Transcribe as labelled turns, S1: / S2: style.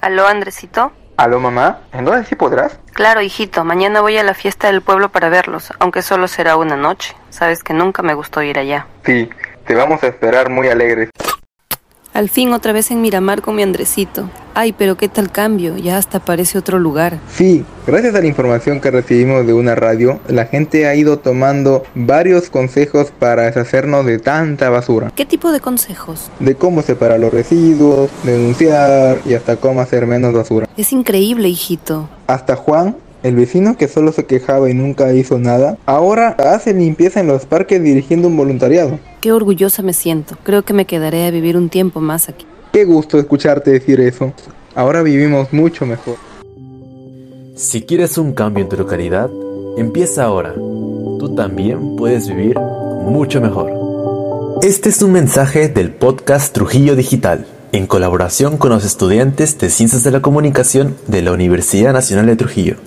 S1: Aló, Andresito.
S2: Aló, mamá. Entonces sí podrás.
S1: Claro, hijito, mañana voy a la fiesta del pueblo para verlos, aunque solo será una noche. Sabes que nunca me gustó ir allá.
S2: Sí, te vamos a esperar muy alegres.
S1: Al fin otra vez en Miramar con mi Andresito. Ay, pero qué tal cambio, ya hasta parece otro lugar.
S2: Sí, gracias a la información que recibimos de una radio, la gente ha ido tomando varios consejos para deshacernos de tanta basura.
S1: ¿Qué tipo de consejos?
S2: De cómo separar los residuos, denunciar y hasta cómo hacer menos basura.
S1: Es increíble, hijito.
S2: Hasta Juan, el vecino que solo se quejaba y nunca hizo nada, ahora hace limpieza en los parques dirigiendo un voluntariado.
S1: Qué orgullosa me siento. Creo que me quedaré a vivir un tiempo más aquí.
S2: Qué gusto escucharte decir eso. Ahora vivimos mucho mejor.
S3: Si quieres un cambio en tu localidad, empieza ahora. Tú también puedes vivir mucho mejor. Este es un mensaje del podcast Trujillo Digital, en colaboración con los estudiantes de Ciencias de la Comunicación de la Universidad Nacional de Trujillo.